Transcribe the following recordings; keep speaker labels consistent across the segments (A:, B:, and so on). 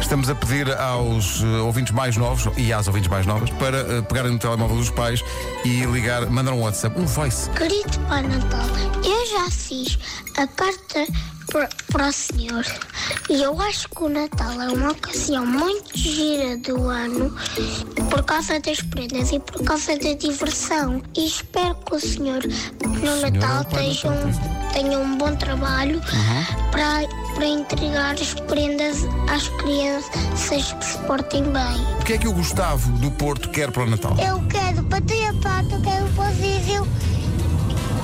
A: Estamos a pedir aos eh, ouvintes mais novos e às ouvintes mais novas para eh, pegarem no telemóvel dos pais e ligar, mandar um WhatsApp, um voice.
B: Querido Pai Natal, eu já fiz a carta para, para o senhor e eu acho que o Natal é uma ocasião muito gira do ano por causa das prendas e por causa da diversão. E espero que o senhor no
A: senhor é o
B: Natal
A: Pai
B: tenha
A: Natal,
B: um, tenha um bom trabalho
A: Uhum.
B: para, para entregar as prendas às crianças que se portem bem.
A: O que é que o Gustavo do Porto quer para o Natal?
B: Eu quero bater a pata, quero fuzível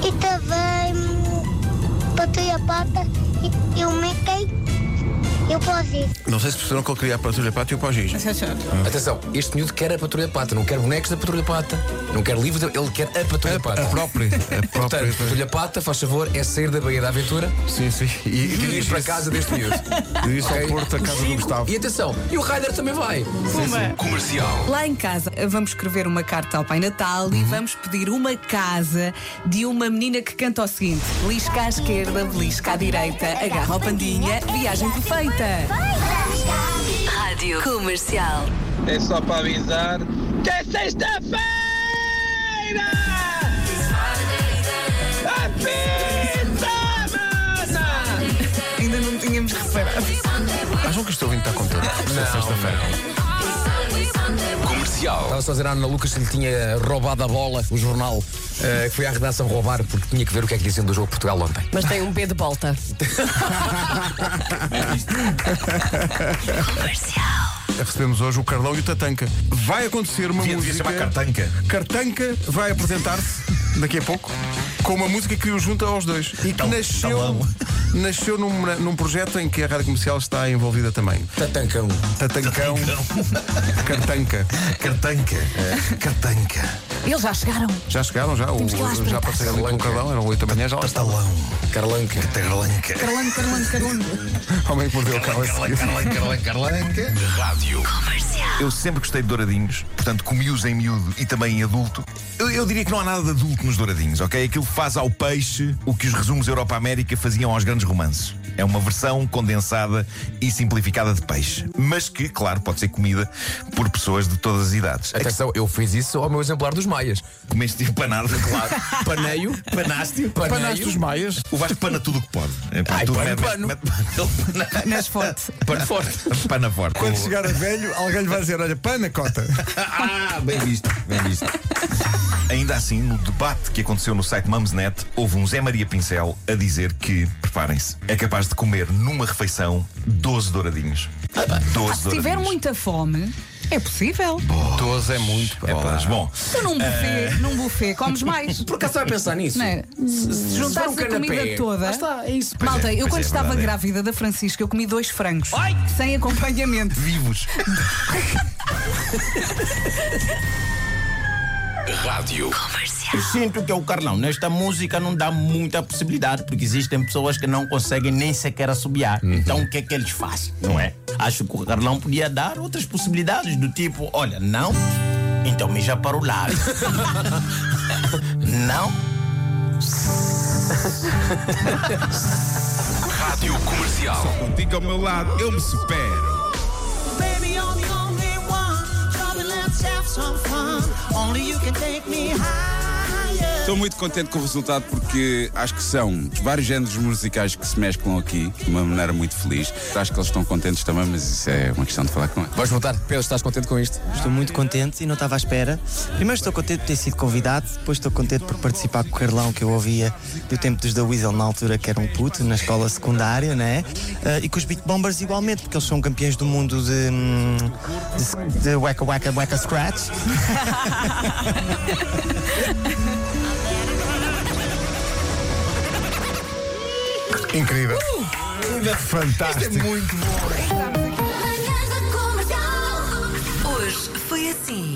B: e também bater a pata e o Mickey e o fuzível.
A: Não sei se perceberam que ele queria a patrulha pátio ou para o giz.
C: Atenção, este miúdo quer a Patrulha Pata, não quer bonecos da Patrulha Pata, não quer livros, da- ele quer a Patrulha Pata.
A: A própria. A própria.
C: Portanto, Patrulha Pata, faz favor, é sair da Baía da Aventura
A: sim, sim. E,
C: e ir para casa deste miúdo.
A: Dirige ao
C: Ok.
A: Porto, a casa do Gustavo.
C: E atenção, e o Ryder também vai.
D: Lá em casa, vamos escrever uma carta ao Pai Natal
E: Uhum.
D: e vamos pedir uma casa de uma menina que canta o seguinte: belisca à esquerda, belisca à direita, agarra ao pandinha, viagem perfeita.
F: Rádio Comercial.
G: É só para avisar que é sexta-feira! A pizza, mana!
D: Ainda não tínhamos reparado.
A: Acham que este ouvinte está contente? Não, sexta-feira.
C: Estava só a dizer à Ana Lucas que lhe tinha roubado a bola, o jornal, eh, que foi à redação roubar, porque tinha que ver o que é que dizem do jogo de Portugal ontem.
E: Mas tem um B de volta.
A: É, Recebemos hoje o Carlão e o Tatanca. Vai acontecer uma música.
H: Cartanca.
A: Cartanca vai apresentar-se daqui a pouco com uma música que o junta aos dois e que
H: Tal-
A: nasceu,
H: talão.
A: nasceu num, num projeto em que a rádio comercial está envolvida também.
C: Tatancão.
A: Tatancão, Cartanca.
H: Cartanca. Cartanca.
E: Eles já chegaram.
A: Já chegaram, já? O,
E: que ir lá
A: já
E: espreitar.
A: passei ali com o Carlão, eram 8 da manhã, já lá está.
H: Talão.
C: Carlanca.
H: Carlanca.
D: Carlão, Carlão, Carlão.
A: O homem que mordeu o cão a seguir.
H: Carlanca, Carlanca, Carlanca. Rádio. Eu sempre gostei de douradinhos, portanto, comi-os em miúdo e também em adulto. Eu, eu diria que não há nada de adulto nos douradinhos, ok? Aquilo faz ao peixe o que os resumos Europa-América faziam aos grandes romances. É uma versão condensada e simplificada de peixe. Mas que, claro, pode ser comida por pessoas de todas as idades.
C: Atenção, eu fiz isso ao meu exemplar dos Maias.
H: Comeste empanado, claro.
C: Paneio.
H: Panaste.
A: Panaste os maias?
H: O Vasco pana tudo o que pode. É, pá,
C: Ai,
H: tudo
C: pana,
H: mete-
C: pano.
H: mete- mete- ele pana-
D: Nas forte.
H: Pana forte. Pana forte.
A: Quando
H: O-
A: chegar a velho, alguém lhe vai dizer: olha, pana, cota.
H: Ah, bem visto, bem visto. Ainda assim, no debate que aconteceu no site Mamesnet, houve um Zé Maria Pincel a dizer que, preparem-se, é capaz de comer numa refeição 12 douradinhos. 12
D: Ah,
H: douradinhos.
D: Se tiver muita fome, é possível.
A: 12 é muito.
H: É, pá, bom,
D: Tu num
C: É.
D: buffet, num buffet, comes mais.
C: Por acaso vai pensar nisso?
D: Não é? Se
C: for
D: juntares
C: um
D: a comida
C: canapé,
D: toda.
C: lá está, é isso.
H: Pois
D: Malta,
H: é,
D: eu
H: pois
D: quando
H: é,
D: estava
H: verdade, é.
D: grávida da Francisca, eu comi dois frangos.
C: Ai!
D: Sem acompanhamento.
H: vivos.
I: Sinto que é o Carlão, nesta música não dá muita possibilidade, porque existem pessoas que não conseguem nem sequer assobiar.
C: Uhum.
I: Então o que é que eles fazem, não é? Acho que o Carlão podia dar outras possibilidades, do tipo, olha, não, então mija para o lado. não,
H: Contigo ao meu lado, eu me supero.
J: Baby, you're the only one. Come and let's have some fun. Only you can take me higher.
K: Estou muito contente com o resultado porque acho que são vários géneros musicais que se mesclam aqui de uma maneira muito feliz. Acho que eles estão contentes também, mas isso é uma questão de falar com eles.
C: Vais voltar. Pedro, estás contente com isto?
J: Estou muito contente e não estava à espera. Primeiro estou contente por ter sido convidado, depois estou contente por participar com o Carlão que eu ouvia do tempo dos da Weasel na altura que era um puto, na escola secundária, né? Ah, e com os Beat Bombers igualmente, porque eles são campeões do mundo de, hum, de, de wacka wacka wacka scratch.
A: Incrível. Fantástico.
C: Muito bom.
F: Hoje foi assim.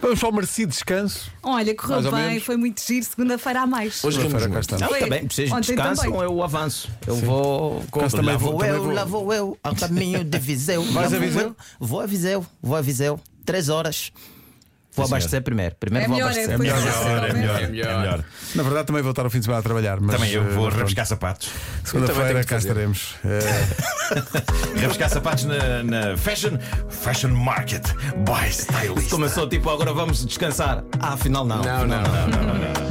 A: Vamos para o merecido descanso.
D: Olha, correu
A: Mais ou
D: bem,
A: menos.
D: foi muito giro. Segunda-feira há mais.
C: Hoje
A: Segunda-feira
C: rimos
A: cá
C: muito.
A: estamos.
D: Foi.
I: está bem, vocês
D: Ontem
I: descansam,
D: também.
I: eu avanço. Eu vou. Com...
A: Mas também
I: lá
A: vou-
I: vou,
A: também
I: eu,
A: vou.
I: lá vou eu, ao caminho de Viseu.
A: Vais
I: Lá
A: a
I: vou
A: Viseu?
I: eu. Vou a Viseu, vou a Viseu. Três horas.
K: Vou abastecer primeiro. Primeiro
I: É
K: vou
I: melhor,
K: abastecer.
I: é melhor, é melhor, é
A: melhor. Na verdade, também vou estar o fim de semana a trabalhar. Mas,
H: Também eu
A: eh,
H: vou
A: pronto.
H: rabiscar sapatos. Eu também
A: Segunda-feira
H: tenho que
A: cá
H: fazer.
A: estaremos. Eh,
H: Rabiscar sapatos na, na fashion, fashion Market by Stylist.
K: Começou tipo, agora vamos descansar. Ah, afinal não.
H: não, não, não, não, não.